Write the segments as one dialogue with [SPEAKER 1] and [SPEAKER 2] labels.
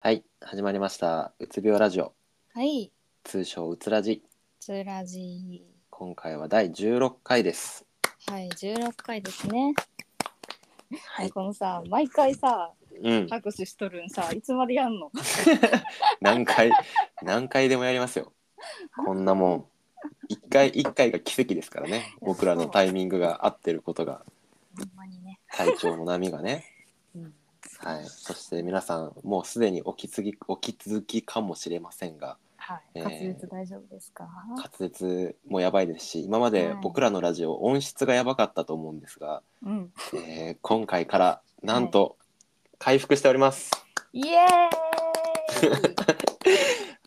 [SPEAKER 1] はい、始まりました。うつ病ラジオ、
[SPEAKER 2] はい、
[SPEAKER 1] 通称うつラジ。
[SPEAKER 2] つらじ。
[SPEAKER 1] 今回は第16回です。
[SPEAKER 2] はい、十六回ですね。
[SPEAKER 1] は。
[SPEAKER 2] このさ、毎回さ、
[SPEAKER 1] うん、
[SPEAKER 2] 拍手しとるんさ、いつまでやんの。
[SPEAKER 1] 何回、何回でもやりますよ。こんなもん。一回一回が奇跡ですからね。僕らのタイミングが合ってることが、
[SPEAKER 2] ほんまにね。
[SPEAKER 1] 体調の波がね。
[SPEAKER 2] うん
[SPEAKER 1] はい、そして皆さん、もうすでに起きつぎ、起き続きかもしれませんが。
[SPEAKER 2] は
[SPEAKER 1] え
[SPEAKER 2] い、
[SPEAKER 1] ー
[SPEAKER 2] 滑舌大丈夫ですか。
[SPEAKER 1] 滑舌もやばいですし、今まで
[SPEAKER 2] はい
[SPEAKER 1] 僕らのラジオ音質がやばかったと思うんです が。
[SPEAKER 2] うん。
[SPEAKER 1] えー今回からなんと回復しております、
[SPEAKER 2] イエーイ。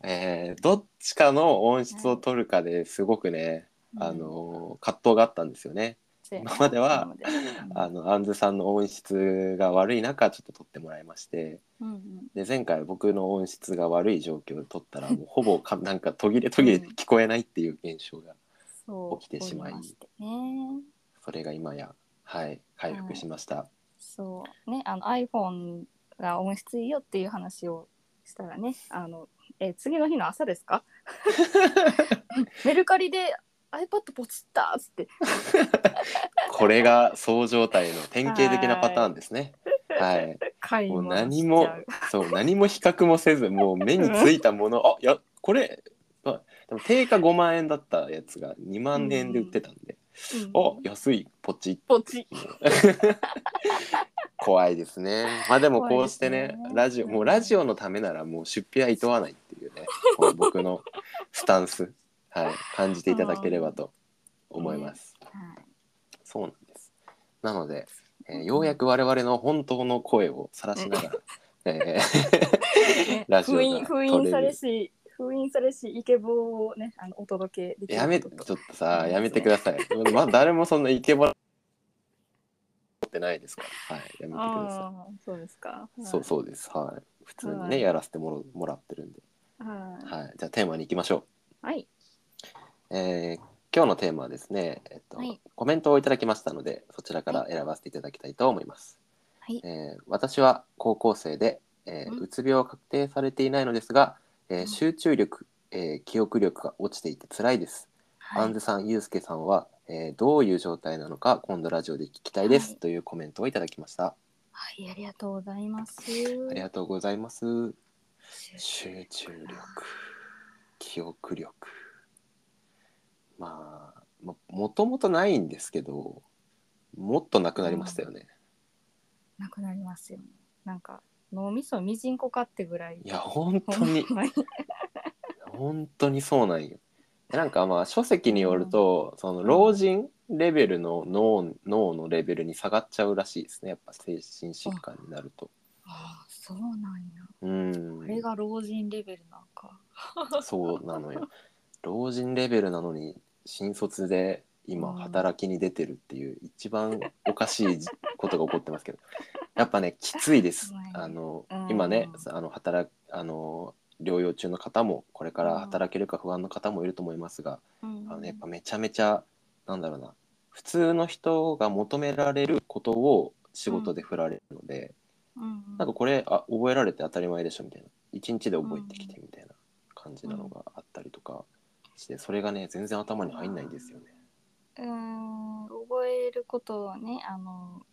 [SPEAKER 1] えーどっちかの音質を取るかですごくね、 あのー葛藤があったんですよね、
[SPEAKER 2] そうやな、
[SPEAKER 1] 今までは
[SPEAKER 2] 今ま
[SPEAKER 1] あのあんずさんの音質が悪い中ちょっと取ってもらいまして
[SPEAKER 2] で。うんうん。
[SPEAKER 1] で前回僕の音質が悪い状況で取った らもうほぼかなんか途切れ途切れ聞こえないっていう現象が
[SPEAKER 2] そう。
[SPEAKER 1] 起きてしまい
[SPEAKER 2] おしてね。
[SPEAKER 1] それが今やはい回復しました、
[SPEAKER 2] そう。ね、あの iPhone が音質いいよっていう話をしたらね、あの、え、次の日の朝で すかメルカリで iPad ポチったっつって。
[SPEAKER 1] これがそう状態の典型的なパターンですねはい
[SPEAKER 2] 買い
[SPEAKER 1] もう
[SPEAKER 2] 物
[SPEAKER 1] 何
[SPEAKER 2] し
[SPEAKER 1] も
[SPEAKER 2] ちゃう
[SPEAKER 1] そう何も比較もせずもう目についたも のあいやこれあでも定価5万円だったやつが2万円で売ってたんで、あ
[SPEAKER 2] うん
[SPEAKER 1] 安いポチ
[SPEAKER 2] ポチ
[SPEAKER 1] 怖いですねまあでもこうしてね
[SPEAKER 2] 怖いですね
[SPEAKER 1] ラジオもうラジオのためならもう出費はいとわないっていう ねこう僕のスタンス、はい、感じていただければと思います、
[SPEAKER 2] はい
[SPEAKER 1] そうなんですなので、えーようやく我々の本当の声を晒しながら、え
[SPEAKER 2] ね
[SPEAKER 1] ラジオ
[SPEAKER 2] 封
[SPEAKER 1] が
[SPEAKER 2] 印封
[SPEAKER 1] 取れ
[SPEAKER 2] 印
[SPEAKER 1] る
[SPEAKER 2] されし封印されしイケボをねあのお届けでき
[SPEAKER 1] ー
[SPEAKER 2] る
[SPEAKER 1] やめちょ
[SPEAKER 2] こ
[SPEAKER 1] っ
[SPEAKER 2] とと
[SPEAKER 1] とさやめてくださいまあ誰もそんなイケボってないですからはいやめてください
[SPEAKER 2] ああそうですか
[SPEAKER 1] そうそうです。はい。普通にね、
[SPEAKER 2] はい
[SPEAKER 1] やらせてもろもらってるんで。
[SPEAKER 2] うは
[SPEAKER 1] はい。じゃあテーマに行きましょ
[SPEAKER 2] いはい、
[SPEAKER 1] う。えー今日のテーマはですね、えっと、
[SPEAKER 2] はい
[SPEAKER 1] コメントをいただきましたので、そちらから選ばせていただきたいと思います。
[SPEAKER 2] はい
[SPEAKER 1] えー私は高校生で、えー
[SPEAKER 2] うん
[SPEAKER 1] うつ病は確定されていないのですが、えー
[SPEAKER 2] うん
[SPEAKER 1] 集中力、えー記憶力が落ちていて辛いです。
[SPEAKER 2] は
[SPEAKER 1] アンズさん、ユうスケさんは、えーどういう状態なのか、今度ラジオで聞きたいです、
[SPEAKER 2] はい
[SPEAKER 1] というコメントをいただきました。
[SPEAKER 2] い、ありがとうございます
[SPEAKER 1] ありがとうございます。集
[SPEAKER 2] 集
[SPEAKER 1] 中力記憶力まあももともとないんですけどもっとなくなりましたよね、
[SPEAKER 2] なくなりますよねなんか脳みそみじんこかってぐらい
[SPEAKER 1] いや本当 に
[SPEAKER 2] ほんまに
[SPEAKER 1] 本当にそうなんよなんかまあ書籍によると、その老人レベルの脳脳のレベルに下がっちゃうらしいですねやっぱ精神疾患になると
[SPEAKER 2] ああそうなんや
[SPEAKER 1] うん
[SPEAKER 2] これが老人レベルなんか
[SPEAKER 1] そうなのよ老人レベルなのに新卒で今
[SPEAKER 2] うん
[SPEAKER 1] 働きに出てるっていう一番おかしいじことが起こってますけどやっぱねきついです
[SPEAKER 2] はい
[SPEAKER 1] あの
[SPEAKER 2] うん
[SPEAKER 1] 今ねあの働くあの療養中の方もこれから働けるか不安の方もいると思いますが
[SPEAKER 2] うん
[SPEAKER 1] あのねやっぱめちゃめちゃなんだろうな普通の人が求められることを仕事で振られるので、
[SPEAKER 2] うん
[SPEAKER 1] なんかこれあ覚えられて当たり前でしょみたいな一日で覚えてきてみたいな感じなのがあったりとかしてそれがね全然頭に入んないんですよね。
[SPEAKER 2] うーん覚えることはねあの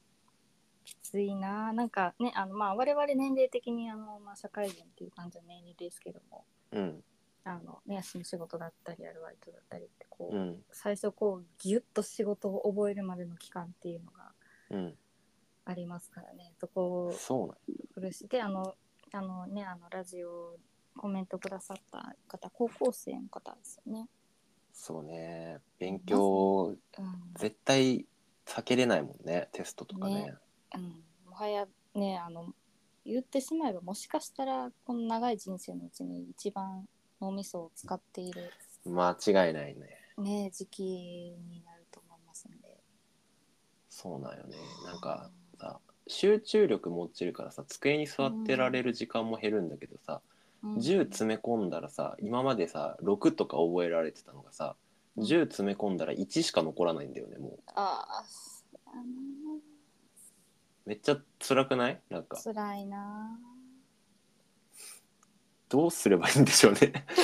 [SPEAKER 2] きついななんかねあの、まあ、我々年齢的にあの、まあ、社会人っていう感じの年齢ですけども
[SPEAKER 1] うん
[SPEAKER 2] あの、ね、休み仕事だったりアルバイトだったりってこう、
[SPEAKER 1] うん
[SPEAKER 2] 最初こうギュッと仕事を覚えるまでの期間っていうのが
[SPEAKER 1] うん
[SPEAKER 2] ありますからねそこを
[SPEAKER 1] そうなん
[SPEAKER 2] 苦しいであのあのねあのラジオコメントくださった方高校生の方ですよね。
[SPEAKER 1] そうね勉強
[SPEAKER 2] うん
[SPEAKER 1] 絶対避けれないもんねテストとかね
[SPEAKER 2] ねうん、もはやねあの言ってしまえばもしかしたらこの長い人生のうちに一番脳みそを使っている、
[SPEAKER 1] 間違いないね
[SPEAKER 2] ね、時期になると思いますんで。
[SPEAKER 1] そうなんよねなんかさ集中力も落ちるからさ机に座ってられる時間も減るんだけどさ、
[SPEAKER 2] うん、
[SPEAKER 1] 10詰め込んだらさ今までさ6とか覚えられてたのがさ10詰め込んだら1しか残らないんだよねもう。
[SPEAKER 2] あーあの
[SPEAKER 1] めっちゃ辛くないなんか
[SPEAKER 2] 辛いな
[SPEAKER 1] どうすればいいんでしょうね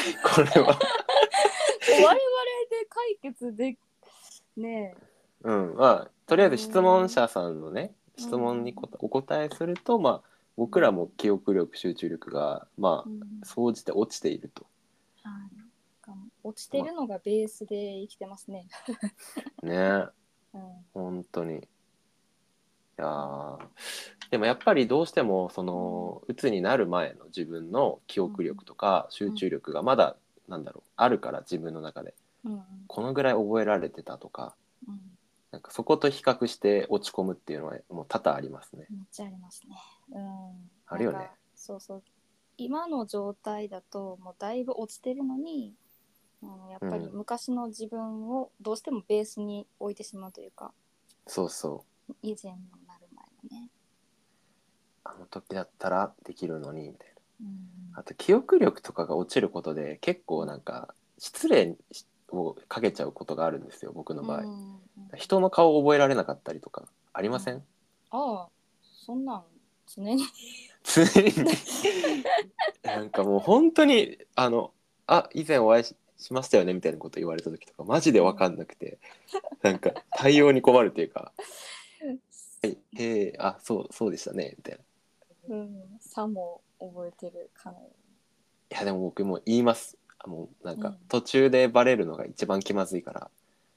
[SPEAKER 1] これは
[SPEAKER 2] 我々で解決でねえ
[SPEAKER 1] うんまあとりあえず質問者さんのね
[SPEAKER 2] うん
[SPEAKER 1] 質問にこたお答えするとまあ僕らも記憶力集中力がま
[SPEAKER 2] うん
[SPEAKER 1] あ総じて落ちていると
[SPEAKER 2] はいなんか落ちてるのがベースで生きてますね。
[SPEAKER 1] ね
[SPEAKER 2] うん、
[SPEAKER 1] 本当にいやーでもやっぱりどうしてもその鬱になる前の自分の記憶力とか集中力がまだなんだろうあるから自分の中で
[SPEAKER 2] うん、
[SPEAKER 1] このぐらい覚えられてたとか
[SPEAKER 2] うん、
[SPEAKER 1] なんかそこと比較して落ち込むっていうのはもう多々ありますね。
[SPEAKER 2] めっちゃありますね。うん、
[SPEAKER 1] あるよね
[SPEAKER 2] なんか。そうそう。今の状態だともうだいぶ落ちてるのに、あのやっぱり
[SPEAKER 1] うん
[SPEAKER 2] 昔の自分をどうしてもベースに置いてしまうというか、
[SPEAKER 1] そうそう
[SPEAKER 2] 以前のなる前のね。
[SPEAKER 1] あの時だったらできるのにみたい
[SPEAKER 2] うん
[SPEAKER 1] なあと記憶力とかが落ちることで結構なんか失礼をかけちゃうことがあるんですよ僕の場合、
[SPEAKER 2] うんうん
[SPEAKER 1] 人の顔を覚えられなかったりとかありません、
[SPEAKER 2] うんああ、そんなん常に。
[SPEAKER 1] 常に なんかもう本当にあのあ以前お会いししましたよねみたいなこと言われた時とかマジで分かんなくてなんか対応に困るというか「はい、へえあそうそうでしたね」みたいな
[SPEAKER 2] うん、さも覚えてるかなり。
[SPEAKER 1] いやでも僕もう言いますあもうなん
[SPEAKER 2] う
[SPEAKER 1] か
[SPEAKER 2] ん
[SPEAKER 1] 途中でバレるのが一番気まずいから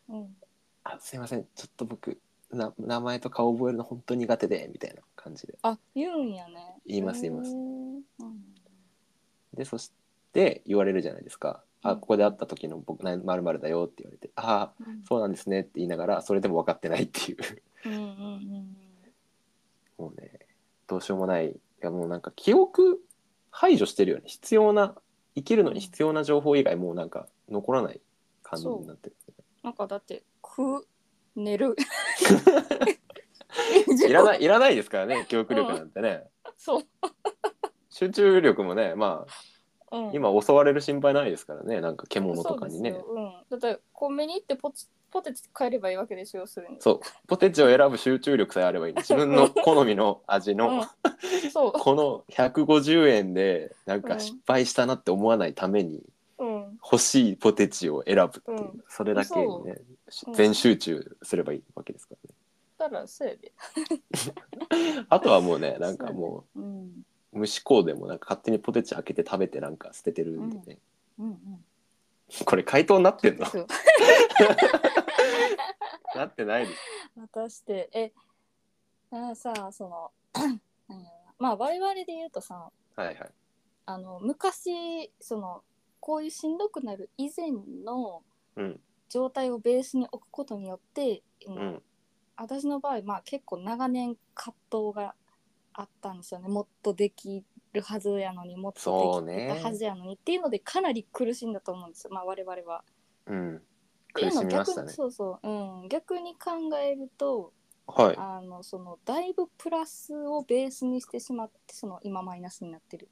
[SPEAKER 2] うん。
[SPEAKER 1] 「あすいませんちょっと僕な名前と顔覚えるの本当苦手で」みたいな感じで
[SPEAKER 2] あ、言うんやね。
[SPEAKER 1] 言います言います
[SPEAKER 2] へえうん
[SPEAKER 1] でそして言われるじゃないですか「
[SPEAKER 2] う
[SPEAKER 1] あ
[SPEAKER 2] ん
[SPEAKER 1] ここで会った時の僕まるだよ」って言われて「ああ
[SPEAKER 2] うん
[SPEAKER 1] そうなんですね」って言いながらそれでも分かってないっていう
[SPEAKER 2] うんうんうん
[SPEAKER 1] もうねどうしようもないいやもうなんか記憶排除してるよね必要な生きるのに必要な情報以外もうなんか残らない感じになってる、
[SPEAKER 2] なんかだって食う寝る
[SPEAKER 1] いら
[SPEAKER 2] い
[SPEAKER 1] ないいらないですからね記憶力なんてね、
[SPEAKER 2] そう、
[SPEAKER 1] 集中力もねまあ
[SPEAKER 2] うん、
[SPEAKER 1] 今襲われる心配ないですからねなんか獣とかにね
[SPEAKER 2] そうですよ、うん、だってコンビニ行ってポチポテチ買えればいいわけでしょ要するに
[SPEAKER 1] そうポテチを選ぶ集中力さえあればいい 自分の好みの味
[SPEAKER 2] う
[SPEAKER 1] の
[SPEAKER 2] んそ
[SPEAKER 1] この150円でなんか失敗したなって思わないために
[SPEAKER 2] う、うん、
[SPEAKER 1] 欲しいポテチを選ぶっていう、
[SPEAKER 2] うん
[SPEAKER 1] それだけにね
[SPEAKER 2] うん
[SPEAKER 1] 全集中すればいいわけですから
[SPEAKER 2] だからそうやで、
[SPEAKER 1] ねあとはもうねなんかも
[SPEAKER 2] うん、うん
[SPEAKER 1] う無思考でもなんか勝手にポテチ開けて食べてなんか捨ててるんでね、
[SPEAKER 2] うん
[SPEAKER 1] これ回答になってんの
[SPEAKER 2] そう
[SPEAKER 1] なってないです
[SPEAKER 2] 果たしてえあさあその なんやろなまあ我々で言うとさ
[SPEAKER 1] はいはい
[SPEAKER 2] あの昔そのこういうしんどくなる以前の
[SPEAKER 1] うん
[SPEAKER 2] 状態をベースに置くことによって、う
[SPEAKER 1] うんん
[SPEAKER 2] 私の場合、まあ、結構長年葛藤があったんですよねもっとできるはずやのにもっ
[SPEAKER 1] そ
[SPEAKER 2] と
[SPEAKER 1] う
[SPEAKER 2] で
[SPEAKER 1] ね
[SPEAKER 2] きたはずやのに、っていうのでかなり苦しんだと思うんですよ、まあ、我々は。
[SPEAKER 1] うん苦しみました
[SPEAKER 2] っ
[SPEAKER 1] ね
[SPEAKER 2] ていうのを逆にそうそう、うん、逆に考えると
[SPEAKER 1] はい
[SPEAKER 2] あのそのだいぶプラスをベースにしてしまってその今マイナスになってる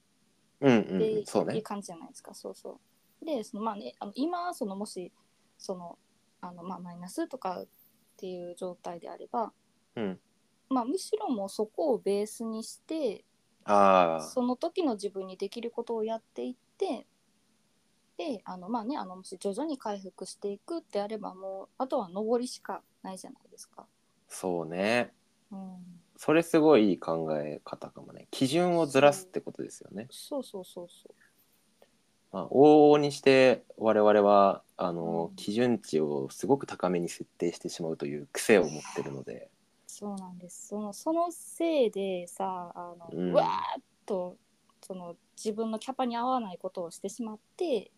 [SPEAKER 1] うん
[SPEAKER 2] っ
[SPEAKER 1] うん
[SPEAKER 2] てい
[SPEAKER 1] うん
[SPEAKER 2] う
[SPEAKER 1] そうね
[SPEAKER 2] 感じじゃないですか、そうそう。でそのまあねあの今そのもしそのあの、まあ、マイナスとかっていう状態であれば、
[SPEAKER 1] うん
[SPEAKER 2] まあ、むしろもうそこをベースにして
[SPEAKER 1] ああ
[SPEAKER 2] その時の自分にできることをやっていってであのまあねあのもし徐々に回復していくってあればもうあとは上りしかないじゃないですか。
[SPEAKER 1] そうね
[SPEAKER 2] うん、
[SPEAKER 1] それすごいいい考え方かもね基準をずらすってことですよね、
[SPEAKER 2] そうそうそうそ
[SPEAKER 1] まあ、往々にして我々はあの
[SPEAKER 2] うん
[SPEAKER 1] 基準値をすごく高めに設定してしまうという癖を持ってるので
[SPEAKER 2] うそうなんですそのそのせいでさあの、
[SPEAKER 1] うん
[SPEAKER 2] うわーっとその自分のキャパに合わないことをしてしま って。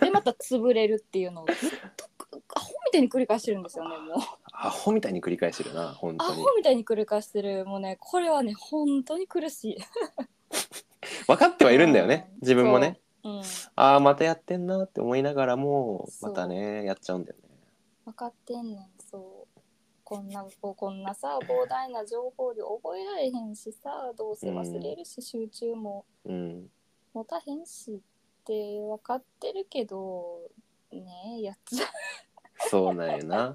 [SPEAKER 2] でまた潰れるっていうのをずっとアホみたいに繰り返してるんですよねもう
[SPEAKER 1] アホみたいに繰り返してるな本
[SPEAKER 2] ア
[SPEAKER 1] 当に
[SPEAKER 2] ホみたいに繰り返してるもうねこれはね本当に苦しい、
[SPEAKER 1] 分かってはいるんだよね
[SPEAKER 2] うん
[SPEAKER 1] 自分もね
[SPEAKER 2] うん、
[SPEAKER 1] ああまたやってんなって思いながらも
[SPEAKER 2] そう
[SPEAKER 1] またねやっちゃうんだよね
[SPEAKER 2] 分かってんねんそうこんなここんなさ膨大な情報量覚えられへんしさどうせ忘れるし、集中も
[SPEAKER 1] うん
[SPEAKER 2] 持たへんしって分かってるけどねえやっちゃ
[SPEAKER 1] そうなんよな。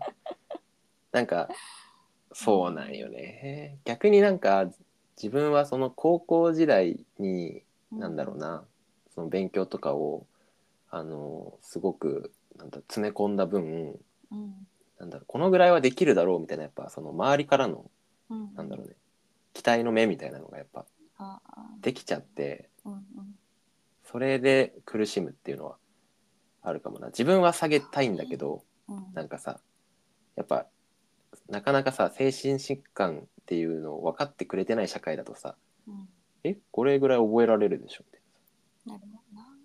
[SPEAKER 1] なんかそうなんよね。逆になんか自分はその高校時代に
[SPEAKER 2] う
[SPEAKER 1] なんだろうな、その勉強とかをあのすごくなんだ詰め込んだ分
[SPEAKER 2] うん
[SPEAKER 1] なんだろうこのぐらいはできるだろうみたいなやっぱその周りからの
[SPEAKER 2] うん
[SPEAKER 1] なんだろうね期待の目みたいなのがやっぱ
[SPEAKER 2] ああ
[SPEAKER 1] できちゃって
[SPEAKER 2] うんうん
[SPEAKER 1] それで苦しむっていうのはあるかもな自分は下げたいんだけど
[SPEAKER 2] うん
[SPEAKER 1] なんかさやっぱなかなかさ精神疾患っていうのを分かってくれてない社会だとさ
[SPEAKER 2] うん
[SPEAKER 1] えこれぐらい覚えられるでしょみたいな
[SPEAKER 2] なるほどな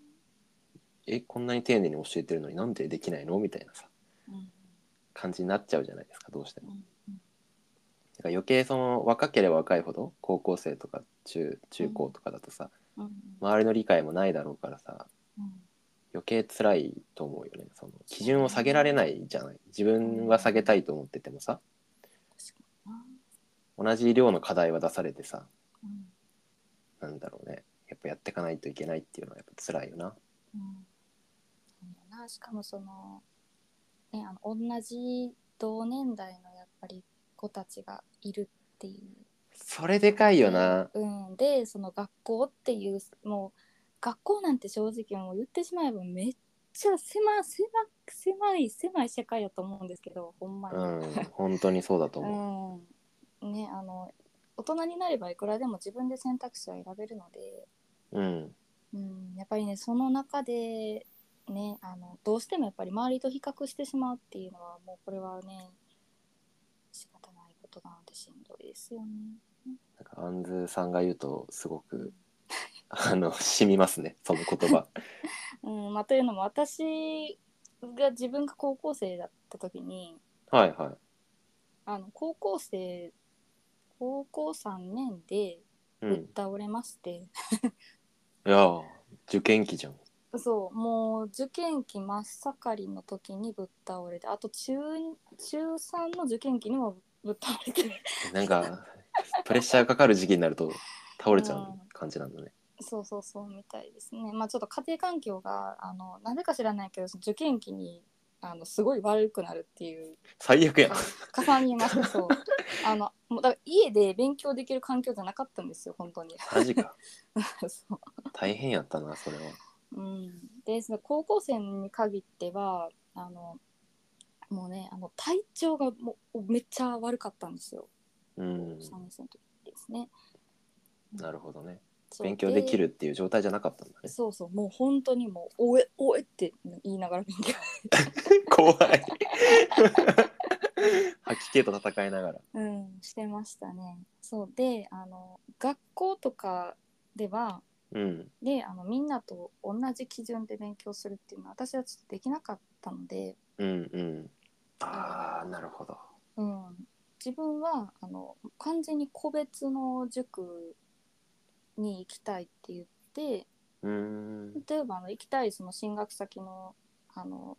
[SPEAKER 1] えこんなに丁寧に教えてるのになんでできないのみたいなさ
[SPEAKER 2] うん
[SPEAKER 1] 感じになっちゃうじゃないですかどうしても。
[SPEAKER 2] うん
[SPEAKER 1] だから余計その若ければ若いほど高校生とか中中高とかだとさ、
[SPEAKER 2] うん
[SPEAKER 1] 周りの理解もないだろうからさ
[SPEAKER 2] うん
[SPEAKER 1] 余計辛いと思うよねその基準を下げられないじゃない自分は下げたいと思っててもさ
[SPEAKER 2] 確かにな
[SPEAKER 1] 同じ量の課題は出されてさ
[SPEAKER 2] うん
[SPEAKER 1] なんだろうねやっぱやっていかないといけないっていうのはやっぱ辛いよな。
[SPEAKER 2] うんそうだなしかもその,、ね、あの同じ同年代のやっぱり子たちがいるっていう
[SPEAKER 1] それでかいよな。
[SPEAKER 2] うん、でその学校っていうもう学校なんて正直もう言ってしまえばめっちゃ狭狭狭い狭い世界だと思うんですけどほんまに。
[SPEAKER 1] うん、本当にそうだと思う。
[SPEAKER 2] うんねあの大人になればいくらでも自分で選択肢は選べるので、
[SPEAKER 1] うん、
[SPEAKER 2] うん、やっぱりねその中で、ね、あのどうしてもやっぱり周りと比較してしまうっていうのはもうこれはね仕方ないことなのでしんどいですよね。
[SPEAKER 1] なんかアンズさんが言うとすごくあの染みますねその言葉。
[SPEAKER 2] うんまあ、というのも私が自分が高校生だった時に
[SPEAKER 1] はいは
[SPEAKER 2] あの高校生高校3年で
[SPEAKER 1] い。う
[SPEAKER 2] ぶっ
[SPEAKER 1] ん。
[SPEAKER 2] 倒れまして、
[SPEAKER 1] いやー受験期じゃん。
[SPEAKER 2] そうもう受験期真っ盛りの時にぶっ倒れてあと中中3の受験期にもぶっ倒れて
[SPEAKER 1] なんかプレッシャーかかる時期になると倒れちゃう感じなんだね。
[SPEAKER 2] そうそうそうみたいですねまあちょっと家庭環境があのなぜか知らないけど受験期にあのすごい悪くなるっていう
[SPEAKER 1] 最悪やん。
[SPEAKER 2] 重ねましたそうあのもうだから家で勉強できる環境じゃなかったんですよ本当に
[SPEAKER 1] マジか。
[SPEAKER 2] そ
[SPEAKER 1] 大変やったなそれは。
[SPEAKER 2] う、うん、でその高校生に限ってはあのもうねあの体調がもうめっちゃ悪かったんですよ、
[SPEAKER 1] うん。
[SPEAKER 2] 3年生の時ですね
[SPEAKER 1] なるほどね。
[SPEAKER 2] そう
[SPEAKER 1] 勉強できるっていう状態じゃなかったんだ
[SPEAKER 2] で
[SPEAKER 1] ね。
[SPEAKER 2] そうそうもう本当にもう「おえおえ」って言いながら勉強
[SPEAKER 1] 怖い。 吐き気と戦いながら。
[SPEAKER 2] うんしてましたねそうであの学校とかでは
[SPEAKER 1] うん。
[SPEAKER 2] であのみんなと同じ基準で勉強するっていうのは私はちょっとできなかったので、
[SPEAKER 1] うんうん。ああなるほど。
[SPEAKER 2] うん、自分はあの完全に個別の塾に行きたいって言って
[SPEAKER 1] うーん。
[SPEAKER 2] 例えばあの行きたいその進学先のあの、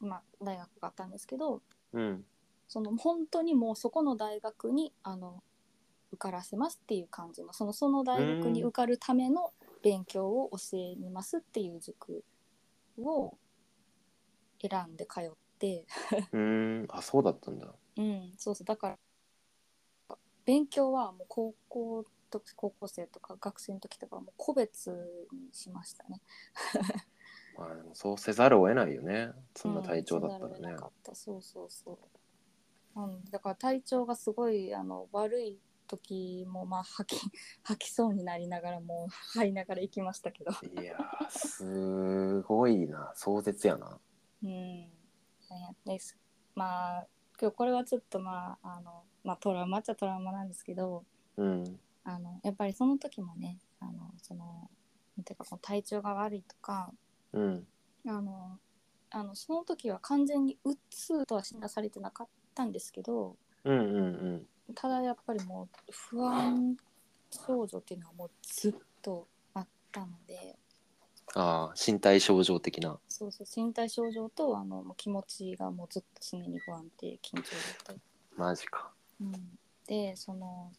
[SPEAKER 2] まあ、大学があったんですけど
[SPEAKER 1] うん。
[SPEAKER 2] その本当にもうそこの大学にあの受からせますっていう感じのそのその大学に受かるための勉強を教えますっていう塾を選んで通って、
[SPEAKER 1] うーん。あそうだったんだ。
[SPEAKER 2] うん、そうそうだから勉強はもう高校と高校生とか学生の時とかはもう個別にしましたね。
[SPEAKER 1] まあでもそうせざるを得ないよね。そんな体調だったら
[SPEAKER 2] うんせざるを
[SPEAKER 1] ね
[SPEAKER 2] 得な。かったそうそうそう、うん、だから体調がすごいあの悪い時もまあ吐き吐きそうになりながらもう吐いながら行きましたけど
[SPEAKER 1] いやーすごいな壮絶やな。
[SPEAKER 2] うんねですまあ今日これはちょっとまああの、まあ、トラウマっちゃトラウマなんですけど
[SPEAKER 1] うん
[SPEAKER 2] あのやっぱりその時もねあのそのなんていうかこう体調が悪いとか
[SPEAKER 1] うん
[SPEAKER 2] あのあのその時は完全にうつとは診断されてなかったんですけど、
[SPEAKER 1] うんうん
[SPEAKER 2] ただやっぱりもう不安症状っていうのはもうずっとあったので
[SPEAKER 1] ああ身体症状的な。
[SPEAKER 2] そうそう身体症状とあのもう気持ちがもうずっと常に不安定緊張だったり、
[SPEAKER 1] マジか。
[SPEAKER 2] うん、でその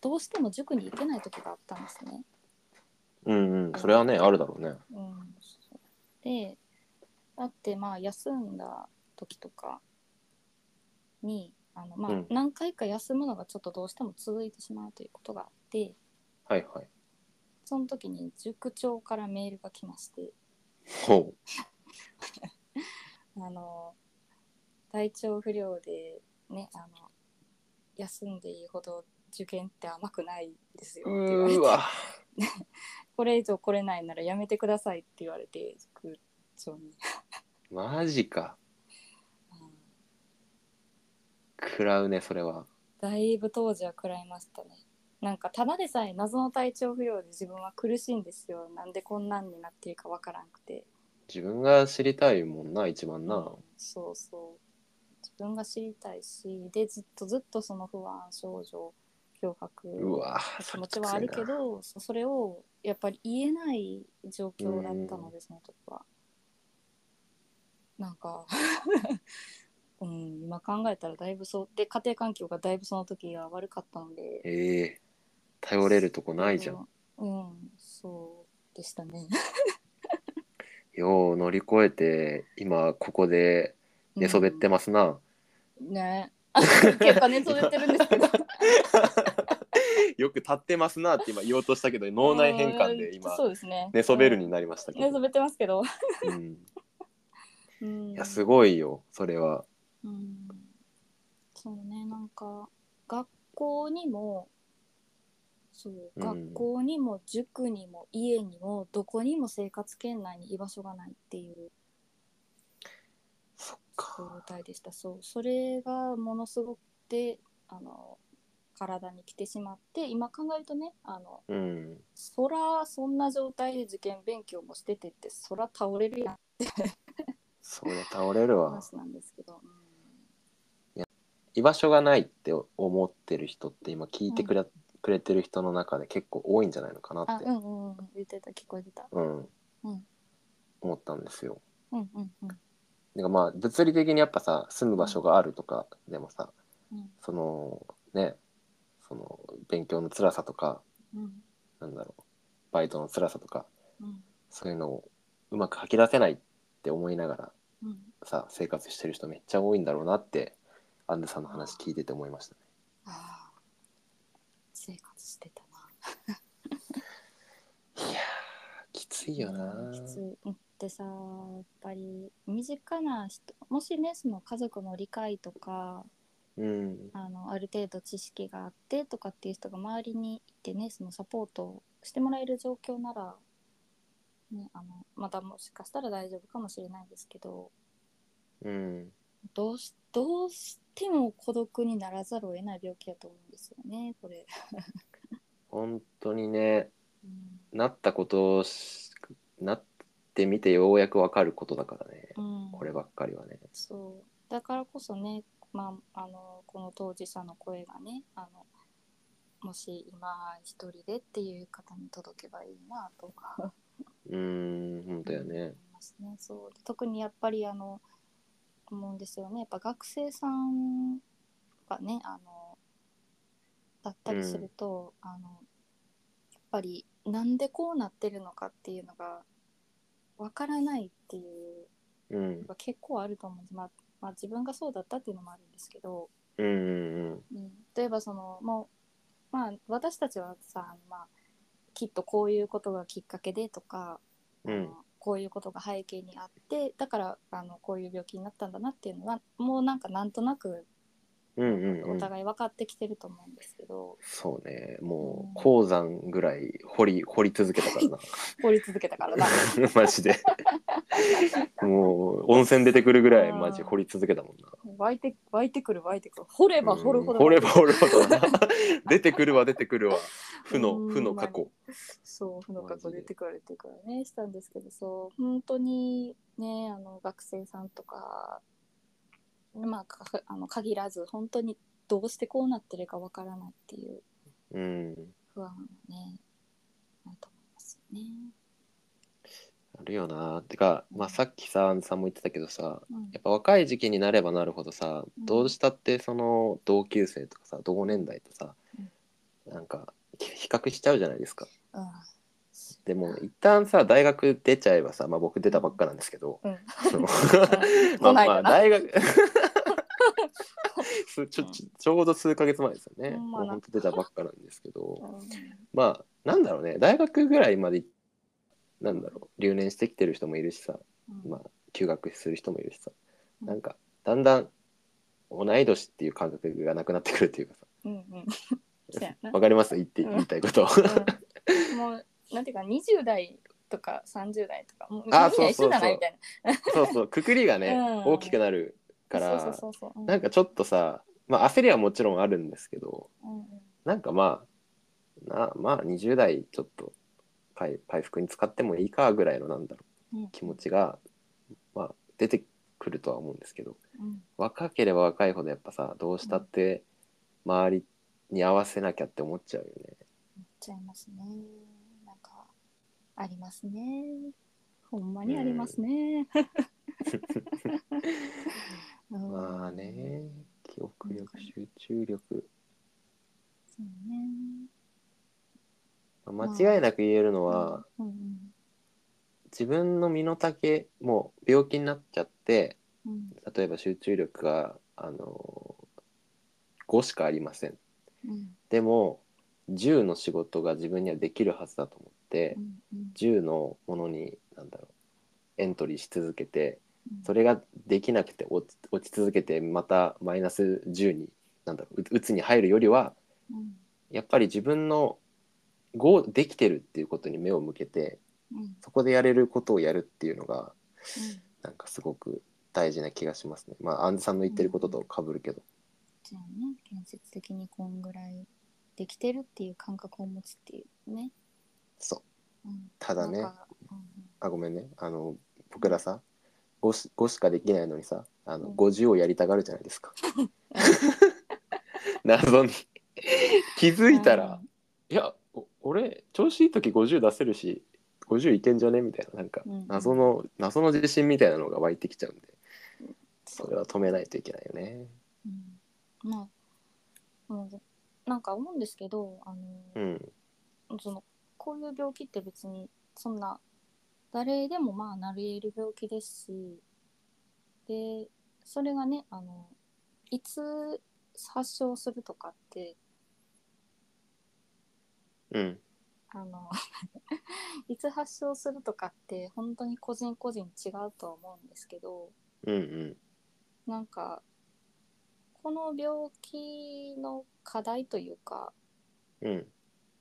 [SPEAKER 2] どうしても塾に行けない時があったんですね。
[SPEAKER 1] うんうんそれはねあるだろうね。
[SPEAKER 2] うん、そうでだってまあ休んだ時とかにあの、ま
[SPEAKER 1] う
[SPEAKER 2] あ
[SPEAKER 1] ん、
[SPEAKER 2] 何回か休むのがちょっとどうしても続いてしまうということがあって。
[SPEAKER 1] はいはい。
[SPEAKER 2] そその時に塾長からメールが来まして
[SPEAKER 1] ほ
[SPEAKER 2] あの体調不良でねあの休んでいいほど受験って甘くないですよ
[SPEAKER 1] う。
[SPEAKER 2] って言われて
[SPEAKER 1] うわ。
[SPEAKER 2] これ以上来れないならやめてくださいって言われて塾長に
[SPEAKER 1] マジか。
[SPEAKER 2] あの
[SPEAKER 1] 食らうね、それは。
[SPEAKER 2] だいぶ当時は食らいましたねなんかただでさえ謎の体調不良で自分は苦しいんですよなんでこんなんになってるかわからんくて
[SPEAKER 1] 自分が知りたいもんな、一番な。
[SPEAKER 2] そうそう自分が知りたいしでずっとずっとその不安症状強迫
[SPEAKER 1] うわ。
[SPEAKER 2] 気持ちはあるけどそそれをやっぱり言えない状況だったのでその時はなんか うん今考えたらだいぶそうで家庭環境がだいぶその時は悪かったので
[SPEAKER 1] ええ頼れるとこないじゃん。
[SPEAKER 2] うんそうでしたね
[SPEAKER 1] よう乗り越えて、今ここで寝そべってますな。
[SPEAKER 2] うんね 結果寝そべってるんですけど
[SPEAKER 1] よく立ってますなって今言おうとしたけど、脳内変換で
[SPEAKER 2] う
[SPEAKER 1] 今
[SPEAKER 2] ん、そうですね
[SPEAKER 1] 寝そべるになりました
[SPEAKER 2] うん
[SPEAKER 1] け
[SPEAKER 2] 寝そ
[SPEAKER 1] ど。
[SPEAKER 2] べってますけど、
[SPEAKER 1] うん、
[SPEAKER 2] うん、
[SPEAKER 1] いや、すごいよ、それは。
[SPEAKER 2] うんそうねなんか学校にもそう
[SPEAKER 1] うん
[SPEAKER 2] 学校にも塾にも家にもどこにも生活圏内に居場所がないっていう
[SPEAKER 1] そっか。
[SPEAKER 2] 状態でしたそうそれがものすごくてあの体に来てしまって今考えるとねあの
[SPEAKER 1] うん。
[SPEAKER 2] そらそんな状態で受験勉強もしててってそら倒れるやんって
[SPEAKER 1] そりゃ倒れるわ。
[SPEAKER 2] 話なんですけど、うん
[SPEAKER 1] 居場所がないって思ってる人って今聞いてくれ,、くれてる人の中で結構多いんじゃないのかな
[SPEAKER 2] あ
[SPEAKER 1] って、
[SPEAKER 2] うんうんうん言ってた聞こえてた
[SPEAKER 1] うん
[SPEAKER 2] うん
[SPEAKER 1] 思ったんですよ。
[SPEAKER 2] うんうんうん
[SPEAKER 1] だからまあ物理的にやっぱさ住む場所があるとかでもさ
[SPEAKER 2] うん
[SPEAKER 1] そのねその勉強の辛さとか
[SPEAKER 2] うん
[SPEAKER 1] なんだろうバイトの辛さとか
[SPEAKER 2] うん
[SPEAKER 1] そういうのをうまく吐き出せないって思いながら
[SPEAKER 2] うん
[SPEAKER 1] さ生活してる人めっちゃ多いんだろうなってアンデさんの話聞いてて思いましたね。
[SPEAKER 2] ああ生活してたない
[SPEAKER 1] やーきついよな
[SPEAKER 2] きついうんでさやっぱり身近な人もしねその家族の理解とか
[SPEAKER 1] うん
[SPEAKER 2] あのある程度知識があってとかっていう人が周りにいてねそのサポートをしてもらえる状況なら、ね、あのまだもしかしたら大丈夫かもしれないですけど
[SPEAKER 1] うん
[SPEAKER 2] どうしどうしても孤独にならざるを得ない病気だと思うんですよねこれ。
[SPEAKER 1] 本当にね
[SPEAKER 2] うん
[SPEAKER 1] なったことをしなってみてようやくわかることだからね
[SPEAKER 2] うん
[SPEAKER 1] こればっかりはね
[SPEAKER 2] そうだからこそね、まあ、あのこの当事者の声がねあのもし今一人でっていう方に届けばいいなとか
[SPEAKER 1] うーん本当や
[SPEAKER 2] 思い
[SPEAKER 1] ね
[SPEAKER 2] ますねそう特にやっぱりあの思うんですよねやっぱ学生さんがねあのだったりすると、あのやっぱりなんでこうなってるのかっていうのがわからないっていう
[SPEAKER 1] うん
[SPEAKER 2] 結構あると思うんです、まあまあ、自分がそうだったっていうのもあるんですけど、
[SPEAKER 1] うんうん
[SPEAKER 2] 例えばそのもう、まあ、私たちはさ、まあ、きっとこういうことがきっかけでとか、
[SPEAKER 1] うんう
[SPEAKER 2] あ
[SPEAKER 1] ん
[SPEAKER 2] のこういうことが背景にあってだからあのこういう病気になったんだなっていうのはもうなんかなんとなく
[SPEAKER 1] うんうんう
[SPEAKER 2] お
[SPEAKER 1] ん
[SPEAKER 2] 互い分かってきてると思うんですけど、
[SPEAKER 1] そうねも
[SPEAKER 2] うん
[SPEAKER 1] う鉱山ぐらい掘り掘り続けたからな
[SPEAKER 2] 掘り続けた からな。
[SPEAKER 1] マジでもう温泉出てくるぐらいマジ掘り続けたもんな
[SPEAKER 2] 湧いて湧いてくる湧いてくる掘れば掘るほど
[SPEAKER 1] うん掘れば掘るほど な出てくるわ出てくるわ負の負の過去
[SPEAKER 2] そう負の過去
[SPEAKER 1] マジで
[SPEAKER 2] 出てくるっていうからねしたんですけどそう本当にねあの学生さんとかまあかあの限らず本当にどうしてこうなってるかわからないっていう
[SPEAKER 1] うん
[SPEAKER 2] 不安はねあると思いますよね。
[SPEAKER 1] あるよなてか、まあ、さっきさアンさんも言ってたけどさ
[SPEAKER 2] うん
[SPEAKER 1] やっぱ若い時期になればなるほどさ
[SPEAKER 2] うん
[SPEAKER 1] どうしたってその同級生とかさ同年代とさ
[SPEAKER 2] うん
[SPEAKER 1] なんか比較しちゃうじゃないですか
[SPEAKER 2] うん
[SPEAKER 1] でも一旦さ大学出ちゃえばさ、まあ、僕出たばっ かなんですけど、
[SPEAKER 2] うん
[SPEAKER 1] その
[SPEAKER 2] こないだな
[SPEAKER 1] 大学すちょちょちょうど数ヶ月前ですよね、
[SPEAKER 2] ほんま
[SPEAKER 1] もう
[SPEAKER 2] だ
[SPEAKER 1] 本当出たばっかなんですけど
[SPEAKER 2] うん
[SPEAKER 1] まあなんだろうね大学ぐらいまでなんだろう留年してきてる人もいるしさ、
[SPEAKER 2] うん
[SPEAKER 1] まあ、休学する人もいるしさ
[SPEAKER 2] うん
[SPEAKER 1] なんかだんだん同い年っていう感覚がなくなってくるっていうか
[SPEAKER 2] うんうんそうや
[SPEAKER 1] さ
[SPEAKER 2] な
[SPEAKER 1] わかります言って言いたい こと、
[SPEAKER 2] うんもうなんていうか20代とか30代とかもうみんな
[SPEAKER 1] あ
[SPEAKER 2] 一緒じゃな
[SPEAKER 1] そうそうそう
[SPEAKER 2] いみたい
[SPEAKER 1] そうそうくくりがね、
[SPEAKER 2] うん
[SPEAKER 1] 大きくなるか
[SPEAKER 2] な
[SPEAKER 1] ら
[SPEAKER 2] そうそうそうそう
[SPEAKER 1] なんかちょっとさまあ焦りはもちろんあるんですけど
[SPEAKER 2] うんうん
[SPEAKER 1] なんかまあなまあ20代ちょっと回回復に使ってもいいかぐらいのなんだろ
[SPEAKER 2] うん
[SPEAKER 1] う気持ちが、まあ、出てくるとは思うんですけど
[SPEAKER 2] うん
[SPEAKER 1] 若ければ若いほどやっぱさどうしたって周りに合わせなきゃって思っちゃうよね。
[SPEAKER 2] 言っちゃいますねなんかありますねほんまにありますね、うん
[SPEAKER 1] まあね記憶力集中力
[SPEAKER 2] そうね
[SPEAKER 1] まあ間違いなく言えるのは、
[SPEAKER 2] うんうん
[SPEAKER 1] 自分の身の丈もう病気になっちゃって
[SPEAKER 2] うん
[SPEAKER 1] 例えば集中力が、あの5しかありません
[SPEAKER 2] うん
[SPEAKER 1] でも10の仕事が自分にはできるはずだと思って
[SPEAKER 2] うんうん
[SPEAKER 1] 10のものになんだろうエントリーし続けて
[SPEAKER 2] うん
[SPEAKER 1] それができなくて落ち落ち続けてまたマイナス10になんだろううつに入るよりは
[SPEAKER 2] うん
[SPEAKER 1] やっぱり自分の5できてるっていうことに目を向けて
[SPEAKER 2] うん
[SPEAKER 1] そこでやれることをやるっていうのがなんかすごく大事な気がしますね。まあ、アンズさんの言ってることと被るけど。
[SPEAKER 2] じゃあね建設的にこんぐらいできてるっていう感覚を持つっていうね、
[SPEAKER 1] そう。
[SPEAKER 2] うん、
[SPEAKER 1] ただね
[SPEAKER 2] なんかうん
[SPEAKER 1] あ、ごめんね。あの、僕らさ、5し ,5 しかできないのにさ、あの、
[SPEAKER 2] うん
[SPEAKER 1] 50をやりたがるじゃないです か。謎に。気づいたら、いや、お俺、調子いい時50出せるし、50いけんじゃねみたいな、なんか、
[SPEAKER 2] うん
[SPEAKER 1] 謎の、謎の自信みたいなのが湧いてきちゃうんで、
[SPEAKER 2] そ
[SPEAKER 1] それは止めないといけないよね。
[SPEAKER 2] うん、まあ、うん、なんか思うんですけどあ
[SPEAKER 1] う
[SPEAKER 2] の、
[SPEAKER 1] ん。
[SPEAKER 2] そのこういう病気って別にそんな誰でもまあなり得る病気ですしでそれがねあのいつ発症するとかって
[SPEAKER 1] うん。
[SPEAKER 2] あの いつ発症するとかって本当に個人個人違うとは思うんですけど
[SPEAKER 1] うんうん。
[SPEAKER 2] なんかこの病気の課題というか
[SPEAKER 1] うん。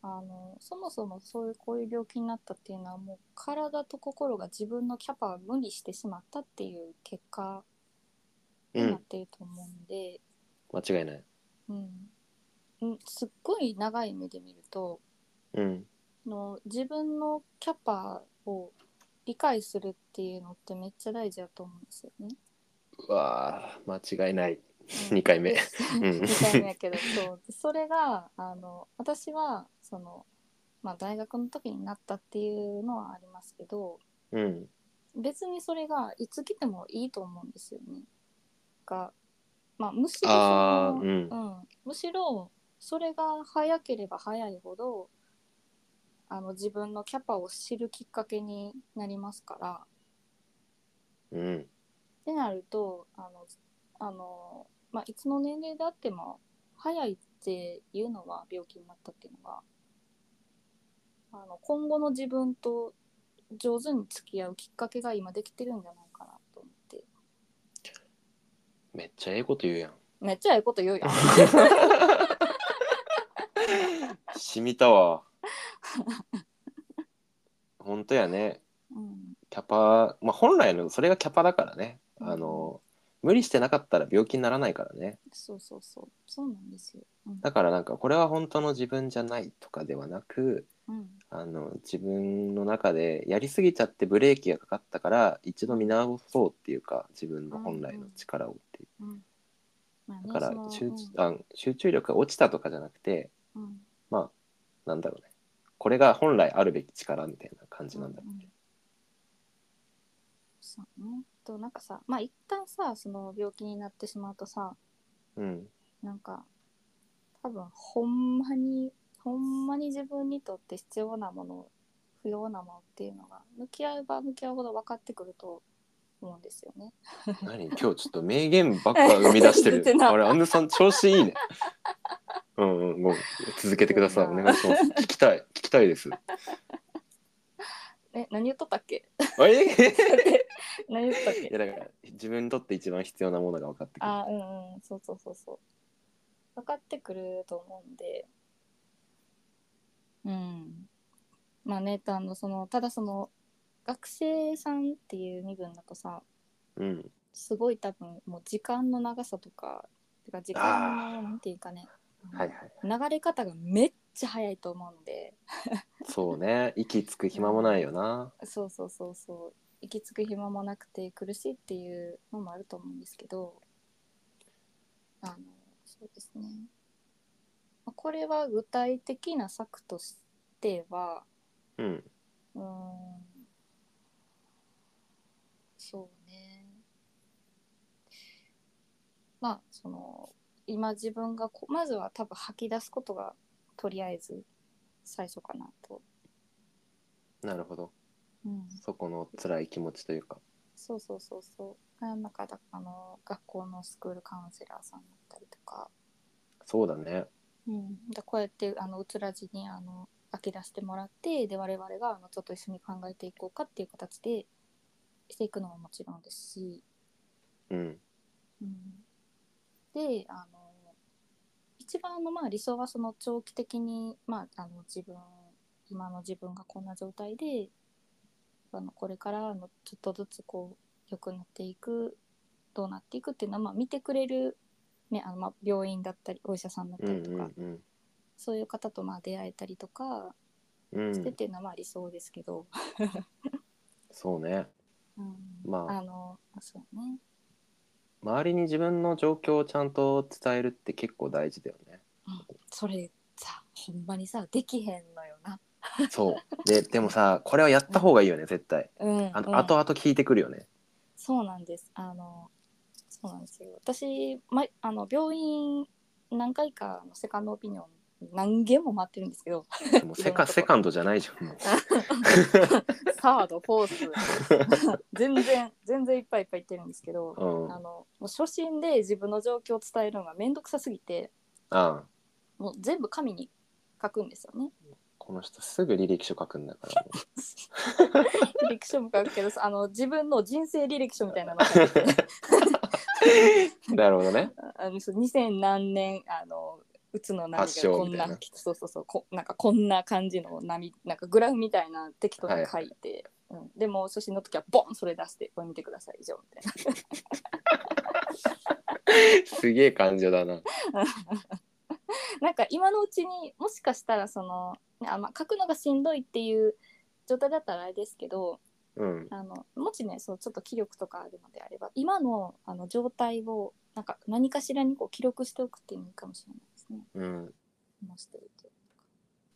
[SPEAKER 2] あのそもそもそういうこういう病気になったっていうのはもう体と心が自分のキャパを無理してしまったっていう結果
[SPEAKER 1] う
[SPEAKER 2] になっ
[SPEAKER 1] ん。
[SPEAKER 2] ていると思うんで、
[SPEAKER 1] 間違いない。
[SPEAKER 2] うんうん、すっごい長い目で見ると
[SPEAKER 1] うん。
[SPEAKER 2] の自分のキャパを理解するっていうのってめっちゃ大事だと思うんですよね。
[SPEAKER 1] うわあ、間違いない。
[SPEAKER 2] うん
[SPEAKER 1] 2回目。 うん
[SPEAKER 2] みたいなやけどそうそれがあの私はその、まあ、大学の時になったっていうのはありますけど
[SPEAKER 1] うん。
[SPEAKER 2] 別にそれがいつ来てもいいと思うんですよね。が、まあ、むしろそ
[SPEAKER 1] ああ、
[SPEAKER 2] の
[SPEAKER 1] うん。
[SPEAKER 2] うん、むしろそれが早ければ早いほどあの自分のキャパを知るきっかけになりますから。
[SPEAKER 1] うん。
[SPEAKER 2] ってなるとあのあの、まあ、いつの年齢であっても早いっていうのは病気になったっていうのはあの今後の自分と上手に付き合うきっかけが今できてるんじゃないかなと思って
[SPEAKER 1] めっちゃええこと言うやん。
[SPEAKER 2] めっちゃええこと言うやん
[SPEAKER 1] しみた わ。ほんとやね。
[SPEAKER 2] うん
[SPEAKER 1] キャパ、まあ本来のそれがキャパだからね。あの、無理してなかったら病気にならないからね。
[SPEAKER 2] そうそうそうそうなんですよ、うん
[SPEAKER 1] だからなんかこれは本当の自分じゃないとかではなく、
[SPEAKER 2] うん
[SPEAKER 1] あの自分の中でやりすぎちゃってブレーキがかかったから一度見直そうっていうか自分の本来の力をっていう
[SPEAKER 2] うんまあね
[SPEAKER 1] だから
[SPEAKER 2] その
[SPEAKER 1] 集中,、あ集中力が落ちたとかじゃなくて
[SPEAKER 2] うんうん
[SPEAKER 1] まあなんだろうねこれが本来あるべき力みたいな感じなんだろ
[SPEAKER 2] うんうんそうねとなんかさまあ一旦さその病気になってしまうとさ
[SPEAKER 1] う。 うん
[SPEAKER 2] なんか多分ほんまにほんまに自分にとって必要なもの不要なものっていうのが向き合えば向き合うほど分かってくると思うんですよね。
[SPEAKER 1] 何今日ちょっと名言ばっか生み出して
[SPEAKER 2] 出
[SPEAKER 1] る
[SPEAKER 2] てない
[SPEAKER 1] あれアンヌさん調子いいね うんうんごめん続けてくださいお願いします聞きたい聞きたいです
[SPEAKER 2] え何言っとったっけ
[SPEAKER 1] あえ
[SPEAKER 2] 何言っと ったっ
[SPEAKER 1] い
[SPEAKER 2] け
[SPEAKER 1] やだから自分にとって一番必要なものが分かってくる
[SPEAKER 2] あうんうんそうそうそうそう分かってくると思うんでうんまあねあのそのただその学生さんっていう身分だとさ
[SPEAKER 1] うん
[SPEAKER 2] すごい多分もう時間の長さとかてか時間のなんていうかね
[SPEAKER 1] はいはい
[SPEAKER 2] 流れ方がめっちゃ早いと思うんで
[SPEAKER 1] そうね息つく暇もないよな
[SPEAKER 2] そうそうそうそう行き着く暇もなくて苦しいっていうのもあると思うんですけどあのそうですねまあこれは具体的な策としては
[SPEAKER 1] うん
[SPEAKER 2] うーんそうねまあその今自分がこまずは多分吐き出すことがとりあえず最初かなと。
[SPEAKER 1] なるほど
[SPEAKER 2] うん
[SPEAKER 1] そこの辛い気持ちというか
[SPEAKER 2] そうそうそうそう。あなんかだあの学校のスクールカウンセラーさんだったりとか、
[SPEAKER 1] そうだね
[SPEAKER 2] うん、でこうやってあのうつらじにあの明け出してもらってで我々があのちょっと一緒に考えていこうかっていう形でしていくのももちろんですし、
[SPEAKER 1] うん
[SPEAKER 2] うん、であの一番のまあ理想はその長期的に、まあ、あの自分今の自分がこんな状態であのこれからのちょっとずつこう良くなっていくどうなっていくっていうのは、まあ、見てくれる、ね、あのまあ病院だったりお医者さんだっ
[SPEAKER 1] う
[SPEAKER 2] たり
[SPEAKER 1] ん
[SPEAKER 2] と
[SPEAKER 1] う
[SPEAKER 2] か、
[SPEAKER 1] んうん
[SPEAKER 2] そういう方とまあ出会えたりとか
[SPEAKER 1] う
[SPEAKER 2] してっ
[SPEAKER 1] ん、
[SPEAKER 2] ていうのはまあ理想ですけど、
[SPEAKER 1] そうね
[SPEAKER 2] うん
[SPEAKER 1] まあ
[SPEAKER 2] あのそうね
[SPEAKER 1] 周りに自分の状況をちゃんと伝えるって結構大事だよね。
[SPEAKER 2] それさほんまにさできへんのよな。
[SPEAKER 1] そうででもさこれはやった方がいいよね絶対
[SPEAKER 2] うん、
[SPEAKER 1] あの、
[SPEAKER 2] うん
[SPEAKER 1] 後々聞いてくるよね。
[SPEAKER 2] そうなんです。あの、そうなんですよ。私、ま、あの病院何回かあのセカンドオピニオン何件も待ってるんですけど、
[SPEAKER 1] で もセカセカンドじゃないじゃんもう
[SPEAKER 2] サード、フォース、 全然、全然いっぱいいっぱい行ってるんですけど、
[SPEAKER 1] うん
[SPEAKER 2] あ
[SPEAKER 1] あ
[SPEAKER 2] の、もう初心で自分の状況を伝えるのがめんどくさすぎて、
[SPEAKER 1] あ
[SPEAKER 2] もう全部紙に書くんですよね。
[SPEAKER 1] この人すぐ履歴書書くんだからも
[SPEAKER 2] 履歴書も書くけど、あの自分の人生履歴書みたいなのが書いてて
[SPEAKER 1] う。 なるほどね。
[SPEAKER 2] あのそう2000何年あのうつの波
[SPEAKER 1] 発
[SPEAKER 2] が
[SPEAKER 1] 症
[SPEAKER 2] こん
[SPEAKER 1] みた
[SPEAKER 2] ない
[SPEAKER 1] な
[SPEAKER 2] そうそうそうこなんかこんな感じの波なんかグラフみたいな適当に書いて、うん、でもう初心の時はボンそれ出してこれ見てください以上みたいな
[SPEAKER 1] すげえ感情だな。
[SPEAKER 2] なんか今のうちにもしかしたらその、ねあまあ、書くのがしんどいっていう状態だったらあれですけど
[SPEAKER 1] うん
[SPEAKER 2] あのもしねそうちょっと気力とかあるのであれば今のあの状態をなんか何かしらにこう記録しておくっていうのもいいかもしれないですね。
[SPEAKER 1] うん。
[SPEAKER 2] もうしておいて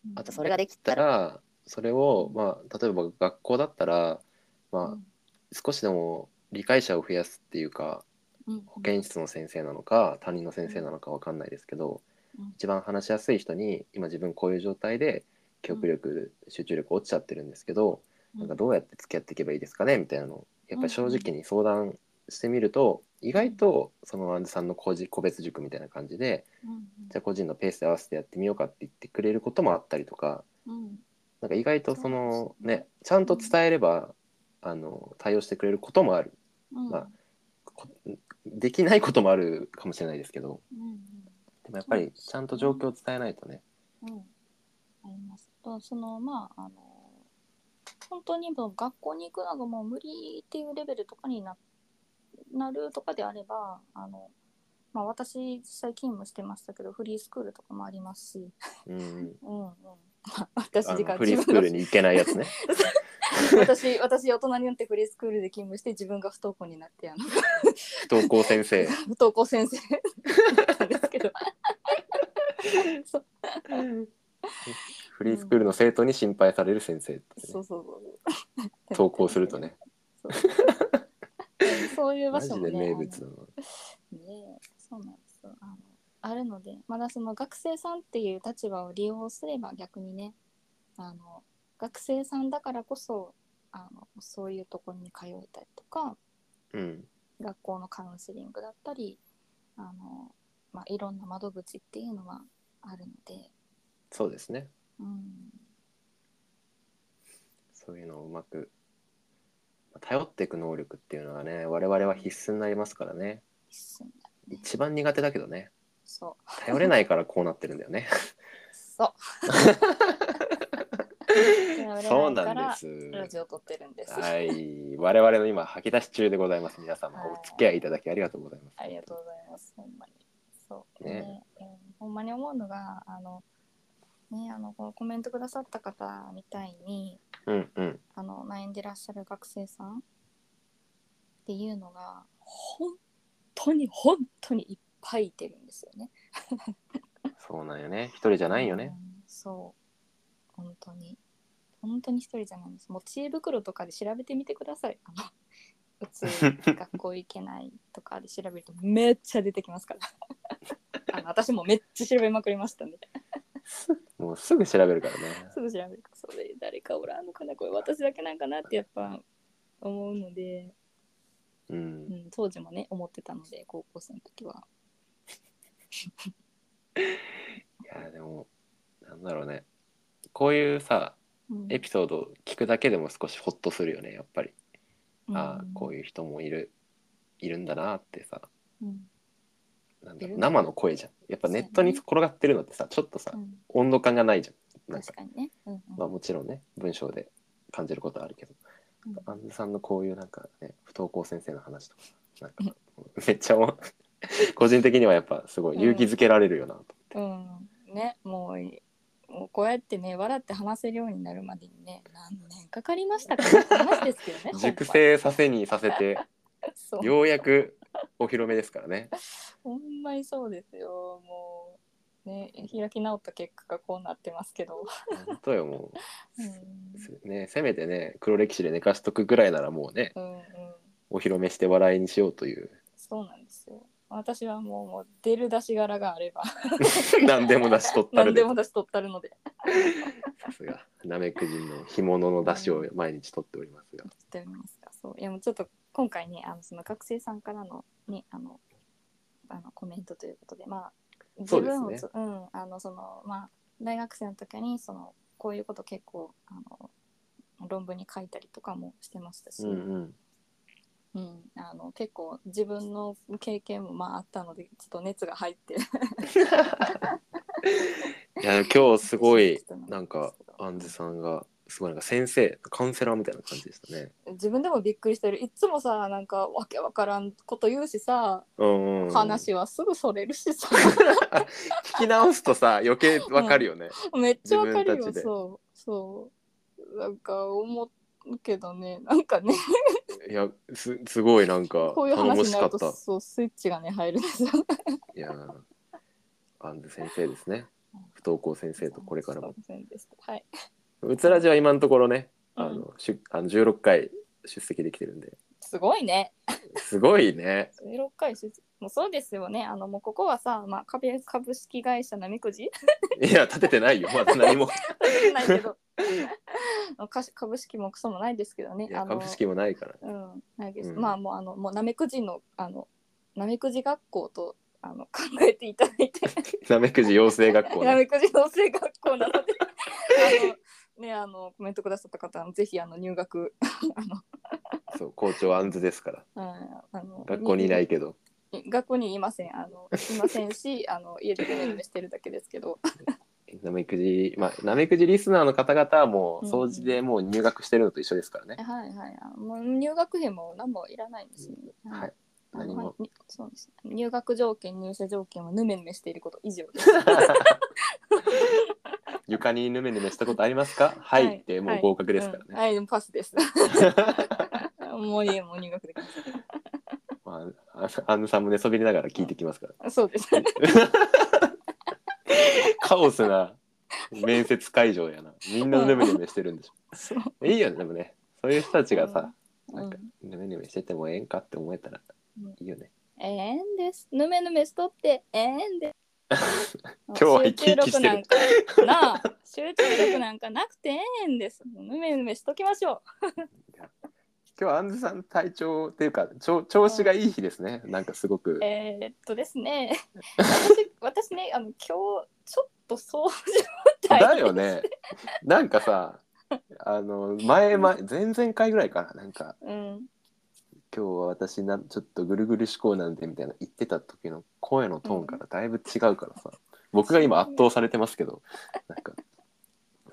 [SPEAKER 2] うん
[SPEAKER 1] あとそれができたらそれをまあ例えば学校だったら
[SPEAKER 2] う
[SPEAKER 1] まあ
[SPEAKER 2] ん
[SPEAKER 1] 少しでも理解者を増やすっていうか
[SPEAKER 2] うん
[SPEAKER 1] 保健室の先生なのか担任の先生なのかわかんないですけど、
[SPEAKER 2] うん
[SPEAKER 1] 一番話しやすい人に今自分こういう状態で記憶力、集中力落ちちゃってるんですけど、なんかどうやって付き合っていけばいいですかねみたいなのをやっぱり正直に相談してみると、意外とそのアンズさんの個人個別塾みたいな感じで
[SPEAKER 2] うんうん
[SPEAKER 1] じゃあ個人のペースで合わせてやってみようかって言ってくれることもあったりとか
[SPEAKER 2] うん
[SPEAKER 1] なんか意外とその
[SPEAKER 2] そうですね
[SPEAKER 1] ねちゃんと伝えれば、あの対応してくれることもある
[SPEAKER 2] うん
[SPEAKER 1] まあこできないこともあるかもしれないですけど
[SPEAKER 2] うん
[SPEAKER 1] でもやっぱりちゃんと状況を伝えないとね。
[SPEAKER 2] うんうんありますとそのまああの本当にもう学校に行くのがもう無理っていうレベルとかにななるとかであればあの、まあ、私実際勤務してましたけどフリースクールとかもありますし、
[SPEAKER 1] うん、
[SPEAKER 2] うんうん、私
[SPEAKER 1] あ
[SPEAKER 2] 時間
[SPEAKER 1] のフリースクールに行けないやつね。
[SPEAKER 2] 私私大人になってフリースクールで勤務して自分が不登校になってあの
[SPEAKER 1] 不登校先 生。
[SPEAKER 2] 不登校先生だったんですけどそう
[SPEAKER 1] フリースクールの生徒に心配される先生ってね、
[SPEAKER 2] そうそうそうそう。
[SPEAKER 1] 投稿するとね。
[SPEAKER 2] そう。そういう場
[SPEAKER 1] マジ
[SPEAKER 2] 所も
[SPEAKER 1] で
[SPEAKER 2] ね。
[SPEAKER 1] 名物だな。
[SPEAKER 2] あのねそうなんですよ。あのあるので、まだその学生さんっていう立場を利用すれば逆にね、あの学生さんだからこそあのそういうところに通えたりとか、
[SPEAKER 1] うん
[SPEAKER 2] 学校のカウンセリングだったりあの、まあ、いろんな窓口っていうのはあるので、
[SPEAKER 1] そうですね
[SPEAKER 2] うん、
[SPEAKER 1] そういうのをうまく頼っていく能力っていうのはね我々は必須になりますからね
[SPEAKER 2] 必須になるね
[SPEAKER 1] 一番苦手だけどね
[SPEAKER 2] そう
[SPEAKER 1] 頼れないからこうなってるんだよ ね
[SPEAKER 2] そう
[SPEAKER 1] そうなんです
[SPEAKER 2] ラジオ撮ってるんです、
[SPEAKER 1] はい我々の今吐き出し中でございます皆様
[SPEAKER 2] はい
[SPEAKER 1] お付き合いいただきありがとうございます
[SPEAKER 2] ありがとうございます。ほんまに。そう。
[SPEAKER 1] ね
[SPEAKER 2] ね、えーほんまに思うのが、あの。ね、あの、このコメントくださった方みたいに、
[SPEAKER 1] うんうん
[SPEAKER 2] あの、悩んでらっしゃる学生さん。っていうのが、本当に、本当にいっぱいいてるんですよね。
[SPEAKER 1] そうなんよね一人じゃないよね
[SPEAKER 2] うんそう。本当に。本当に一人じゃないんです。もう知恵袋とかで調べてみてください。あの。うつ学校行けないとかで調べると めっちゃ出てきますか らあの私もめっちゃ調べまくりましたね
[SPEAKER 1] もうすぐ調べるからね
[SPEAKER 2] すぐ調べるそれ誰かおらんのかなこれ私だけなんかなってやっぱ思うので、
[SPEAKER 1] う
[SPEAKER 2] うんん、当時もね思ってたので高校生の時はい
[SPEAKER 1] やでもなんだろうねこういうさ
[SPEAKER 2] うん
[SPEAKER 1] エピソードを聞くだけでも少しホッとするよねやっぱりああ
[SPEAKER 2] うん
[SPEAKER 1] こういう人もいるいるんだなってさ
[SPEAKER 2] うん
[SPEAKER 1] なんだろう
[SPEAKER 2] いる
[SPEAKER 1] 生の声じゃんやっぱネットに転がってるのってさちょっとさ
[SPEAKER 2] うん
[SPEAKER 1] 温度感がないじゃんなんか
[SPEAKER 2] 確かにね、うんうん
[SPEAKER 1] まあもちろんね文章で感じることはあるけど
[SPEAKER 2] うん
[SPEAKER 1] あんずさんのこういうなんかね不登校先生の話とかさ なんかめっちゃお 個人的にはやっぱすごい勇気づけられるよなと、
[SPEAKER 2] うん、ねもういもうこうやってね笑って話せるようになるまでにね何年かかりま したかねって話ですけどね
[SPEAKER 1] 熟成させにさせて
[SPEAKER 2] そう
[SPEAKER 1] ようやくお披露目ですからね
[SPEAKER 2] ほんまにそうですよ。もう、ね、開き直った結果がこうなってますけど。
[SPEAKER 1] 本当よも
[SPEAKER 2] うん、
[SPEAKER 1] う、ね、せめてね黒歴史で寝かしとくぐらいならもうね
[SPEAKER 2] うん、うん。
[SPEAKER 1] お披露目して笑いにしようという
[SPEAKER 2] そうなんですよ。私はもう、もう出る出し柄があれば、
[SPEAKER 1] 何でも出しとった
[SPEAKER 2] 何
[SPEAKER 1] る
[SPEAKER 2] で
[SPEAKER 1] で
[SPEAKER 2] も出し取ったるので。
[SPEAKER 1] さすがなめくじの干物の出汁を毎日取っておりますが
[SPEAKER 2] ちょっと読みますか。そう、いや、もうちょっと、今回ね、あの、その学生さんからの、ね、あの。あの、コメントということで、まあ。
[SPEAKER 1] そ
[SPEAKER 2] 自
[SPEAKER 1] うです
[SPEAKER 2] 分
[SPEAKER 1] ね
[SPEAKER 2] をつ、うん、あの、その、まあ、大学生の時に、その、こういうこと結構、あの。論文に書いたりとかもしてましたし。
[SPEAKER 1] うんうん
[SPEAKER 2] うん、あの結構自分の経験もまああったのでちょっと熱が入って
[SPEAKER 1] いや今日 すごいなんかアンズさんがすごいなんか先生カウンセラーみたいな感じでしたね。
[SPEAKER 2] 自分でもびっくりしてるいつもさなんかわけわからんこと言うしさ
[SPEAKER 1] うんうんうん、
[SPEAKER 2] 話はすぐそれるしさ
[SPEAKER 1] 聞き直すとさ余計わかるよね。
[SPEAKER 2] めっちゃわか
[SPEAKER 1] 自
[SPEAKER 2] る
[SPEAKER 1] 分た
[SPEAKER 2] よ
[SPEAKER 1] ちで
[SPEAKER 2] そうそうなんか思うけどねなんかね
[SPEAKER 1] いやすすごいなんか
[SPEAKER 2] こういう
[SPEAKER 1] 頼
[SPEAKER 2] 話
[SPEAKER 1] も
[SPEAKER 2] に
[SPEAKER 1] し
[SPEAKER 2] な
[SPEAKER 1] かっ
[SPEAKER 2] る
[SPEAKER 1] た
[SPEAKER 2] と。そうスイッチがね入るんですよ
[SPEAKER 1] いやーアンズ先生ですね。不登校先生とこれからも。
[SPEAKER 2] すいませんでしたはいう
[SPEAKER 1] つらじは今のところねあの、
[SPEAKER 2] うん
[SPEAKER 1] しゅあの16回出席できてるんです
[SPEAKER 2] ごいね
[SPEAKER 1] すごい ね。
[SPEAKER 2] 16回出もうそうですよねあのもうここはさ、まあ、株株式会社なみくじ
[SPEAKER 1] いや立ててないよまだ何も。
[SPEAKER 2] 立ててないけ どかし株式もクソもないですけどね
[SPEAKER 1] いや
[SPEAKER 2] あの
[SPEAKER 1] 株式もないから。
[SPEAKER 2] うんないです、
[SPEAKER 1] うん
[SPEAKER 2] まあもうあのもうなめくじのあのなめくじ学校とあの考えていただいて、
[SPEAKER 1] なめくじ養成学校
[SPEAKER 2] な
[SPEAKER 1] ね。
[SPEAKER 2] めくじの生学 校なのであのねあのコメントくださった方ぜひあの入学
[SPEAKER 1] そう校長アンズですから
[SPEAKER 2] ああの
[SPEAKER 1] 学校にいないけど。
[SPEAKER 2] 学校にいませんあのいませんし あの家でぐねぐねしてるだけですけど
[SPEAKER 1] なめくじ、まあ、なめくじリスナーの方々はもう掃除でもう入学してるのと一緒です からね。
[SPEAKER 2] はいはいあのもう入学費も何もいらないんですよ、はい
[SPEAKER 1] はい。
[SPEAKER 2] あの
[SPEAKER 1] 何も。
[SPEAKER 2] にそうです入学条件入社条件はぬめぬめしていること以上です
[SPEAKER 1] 床にぬめぬめしたことありますか。はい、
[SPEAKER 2] はい
[SPEAKER 1] ってもう合格ですからね。
[SPEAKER 2] うんはいでもパスです もういいもう入学できま
[SPEAKER 1] まあ、ああんさんも寝そべりながら聞いてきますから。
[SPEAKER 2] すそうです
[SPEAKER 1] カオスな面接会場やな。みんなぬめぬめしてるんでし
[SPEAKER 2] そう
[SPEAKER 1] ょ。いいよね、でもね。そういう人たちがさ、
[SPEAKER 2] う
[SPEAKER 1] なん
[SPEAKER 2] ん
[SPEAKER 1] かぬめぬめしててもええんかって思えたら
[SPEAKER 2] うん
[SPEAKER 1] いいよね。
[SPEAKER 2] ええんですぬめぬめしとってええんで 今
[SPEAKER 1] 日は生き生きしてる
[SPEAKER 2] なんかなあ集中力なんかなくてええんですぬめぬめしときましょう
[SPEAKER 1] 今日アンズさん体調っていうか調調子がいい日ですねなんかすごく
[SPEAKER 2] えーっとですね私私ねあの今日ちょっとそう状態
[SPEAKER 1] だよねなんかさあの前前前々回ぐらいかななんか
[SPEAKER 2] うん
[SPEAKER 1] 今日は私なちょっとぐるぐる思考なんでみたいな言ってた時の声のトーンからだいぶ違うからさ、僕が今圧倒されてますけどなんか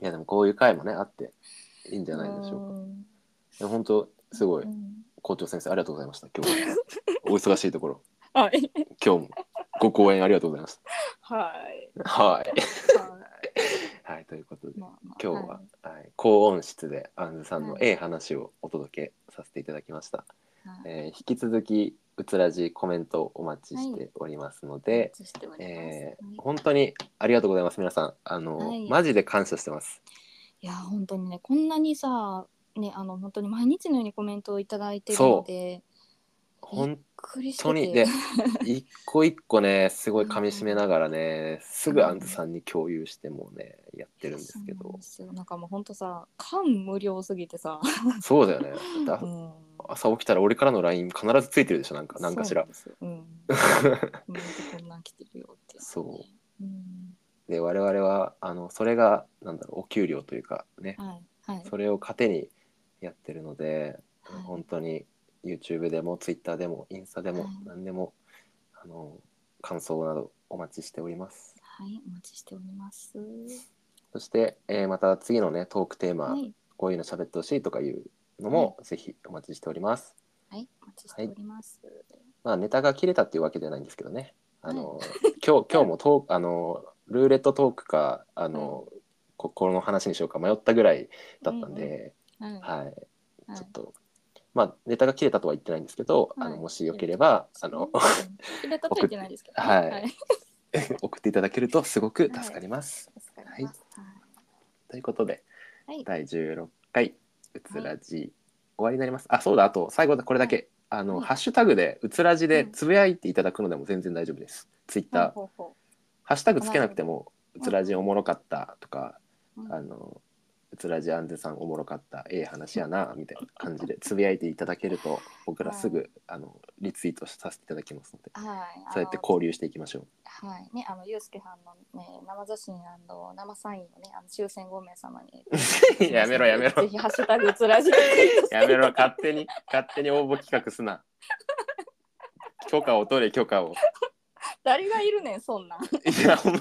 [SPEAKER 1] いやでもこういう回もねあっていいんじゃないでしょうか
[SPEAKER 2] うん
[SPEAKER 1] でも本当すごい
[SPEAKER 2] うん
[SPEAKER 1] 校長先生ありがとうございました今日はお忙しいところ
[SPEAKER 2] はい
[SPEAKER 1] 今日もご講演ありがとうございまし
[SPEAKER 2] はい
[SPEAKER 1] たはい、
[SPEAKER 2] は
[SPEAKER 1] はい、ということで
[SPEAKER 2] いまあまあ
[SPEAKER 1] 今日は
[SPEAKER 2] は、
[SPEAKER 1] はい、高音質でアンズさんの
[SPEAKER 2] はい
[SPEAKER 1] ええ話をお届けさせていただきました、
[SPEAKER 2] いはい
[SPEAKER 1] えー引き続きうつらじコメントをお待ちしておりますので、
[SPEAKER 2] お待ちしております
[SPEAKER 1] えー
[SPEAKER 2] はい
[SPEAKER 1] 本当にありがとうございます皆さんあの、
[SPEAKER 2] はい
[SPEAKER 1] マジで感謝してます
[SPEAKER 2] いや本当にねこんなにさねあの本当に毎日のようにコメントをいただいてるので
[SPEAKER 1] 本
[SPEAKER 2] びっくりして
[SPEAKER 1] 当に
[SPEAKER 2] て
[SPEAKER 1] で一個一個ねすごい噛み締めながらねすぐアンズさんに共有してもうねやってるんですけ
[SPEAKER 2] そうな
[SPEAKER 1] ど
[SPEAKER 2] んですよなんかもう本当さ感無量すぎてさ、
[SPEAKER 1] そうだよねだ
[SPEAKER 2] うん、
[SPEAKER 1] 朝起きたら俺からの LINE 必ずついてるでしょなんかなんかしら
[SPEAKER 2] そうなんですようんコメントこんなん来てるよって、
[SPEAKER 1] そう
[SPEAKER 2] うん、
[SPEAKER 1] で我々はあのそれがなんだろうお給料というかね
[SPEAKER 2] はいはい
[SPEAKER 1] それを糧にやってるので、
[SPEAKER 2] はい
[SPEAKER 1] 本当に YouTube でも Twitter でもインスタでも
[SPEAKER 2] はい
[SPEAKER 1] 何でも、あの感想などお待ちしております
[SPEAKER 2] はいお待ちしております
[SPEAKER 1] そして、えーまた次のねトークテーマ、
[SPEAKER 2] はい
[SPEAKER 1] こういうの喋ってほしいとかいうのも、ぜひお待ちしております
[SPEAKER 2] はいお待ちしております、
[SPEAKER 1] まあネタが切れたっていうわけじゃないんですけどねあの、今日 今日もトークあのルーレットトークかあの、ここの話にしようか迷ったぐらいだったんで、
[SPEAKER 2] はい
[SPEAKER 1] はい
[SPEAKER 2] はい
[SPEAKER 1] ちょっと、まあ、ネタが切れたとは言ってないんですけど、
[SPEAKER 2] はい
[SPEAKER 1] あのもしよければ、あ
[SPEAKER 2] うん
[SPEAKER 1] の
[SPEAKER 2] 入れたといけないですけど、
[SPEAKER 1] はい送っていただけるとすごく助かります。
[SPEAKER 2] 助かります
[SPEAKER 1] ということで、
[SPEAKER 2] はい
[SPEAKER 1] 第16回「うつらじ」終わりになります。あそうだあと最後だこれだけ、あの
[SPEAKER 2] はい
[SPEAKER 1] ハッシュタグで「うつらじ」で
[SPEAKER 2] うん
[SPEAKER 1] つぶやいていただくのでも全然大丈夫です。ツイッター、
[SPEAKER 2] ほうほ
[SPEAKER 1] ハッシュタグつけなくても「う
[SPEAKER 2] るほど
[SPEAKER 1] つらじおもろかった」とか「
[SPEAKER 2] うん
[SPEAKER 1] あのうつらじアンズさんおもろかったええ話やな」みたいな感じでつぶやいていただけると僕らすぐ、あのリツイートさせていただきますので。
[SPEAKER 2] うはい
[SPEAKER 1] そうやって
[SPEAKER 2] あの
[SPEAKER 1] 交流していきましょう。
[SPEAKER 2] はいね、あのゆうすけさんの、ね、生写真生サインをねあの抽選5名様 に
[SPEAKER 1] やめろやめろ
[SPEAKER 2] ぜひハッシュタグうつらじでツイートして
[SPEAKER 1] やめろ勝手に勝手に応募企画すな。許可を取れ許可を。
[SPEAKER 2] 誰がいるねんそんなん
[SPEAKER 1] いやお前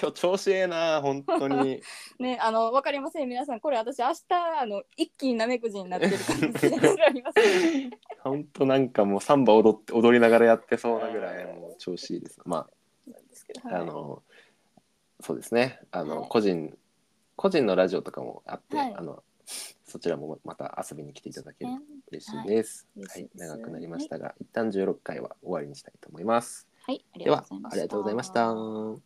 [SPEAKER 1] 今日調子ええな本当に。
[SPEAKER 2] ねあのわかりません皆さんこれ私明日あの一気になめくじになってる 感じがありますね
[SPEAKER 1] 本当なんかもうサンバ踊って踊りながらやってそうなぐらいもう調子いいです。ま
[SPEAKER 2] なんですけど
[SPEAKER 1] あ、
[SPEAKER 2] はい
[SPEAKER 1] あのそうですねあの、
[SPEAKER 2] はい
[SPEAKER 1] 個人個人のラジオとかもあって、
[SPEAKER 2] はい
[SPEAKER 1] あのそちらもまた遊びに来ていただける
[SPEAKER 2] ね
[SPEAKER 1] と嬉しいです。
[SPEAKER 2] はい
[SPEAKER 1] は
[SPEAKER 2] 嬉
[SPEAKER 1] い
[SPEAKER 2] しい、です
[SPEAKER 1] 長くなりましたが、一旦16回は終わりにしたいと思います。
[SPEAKER 2] はいあり
[SPEAKER 1] で
[SPEAKER 2] が
[SPEAKER 1] は
[SPEAKER 2] とうございました
[SPEAKER 1] ありがとうございました。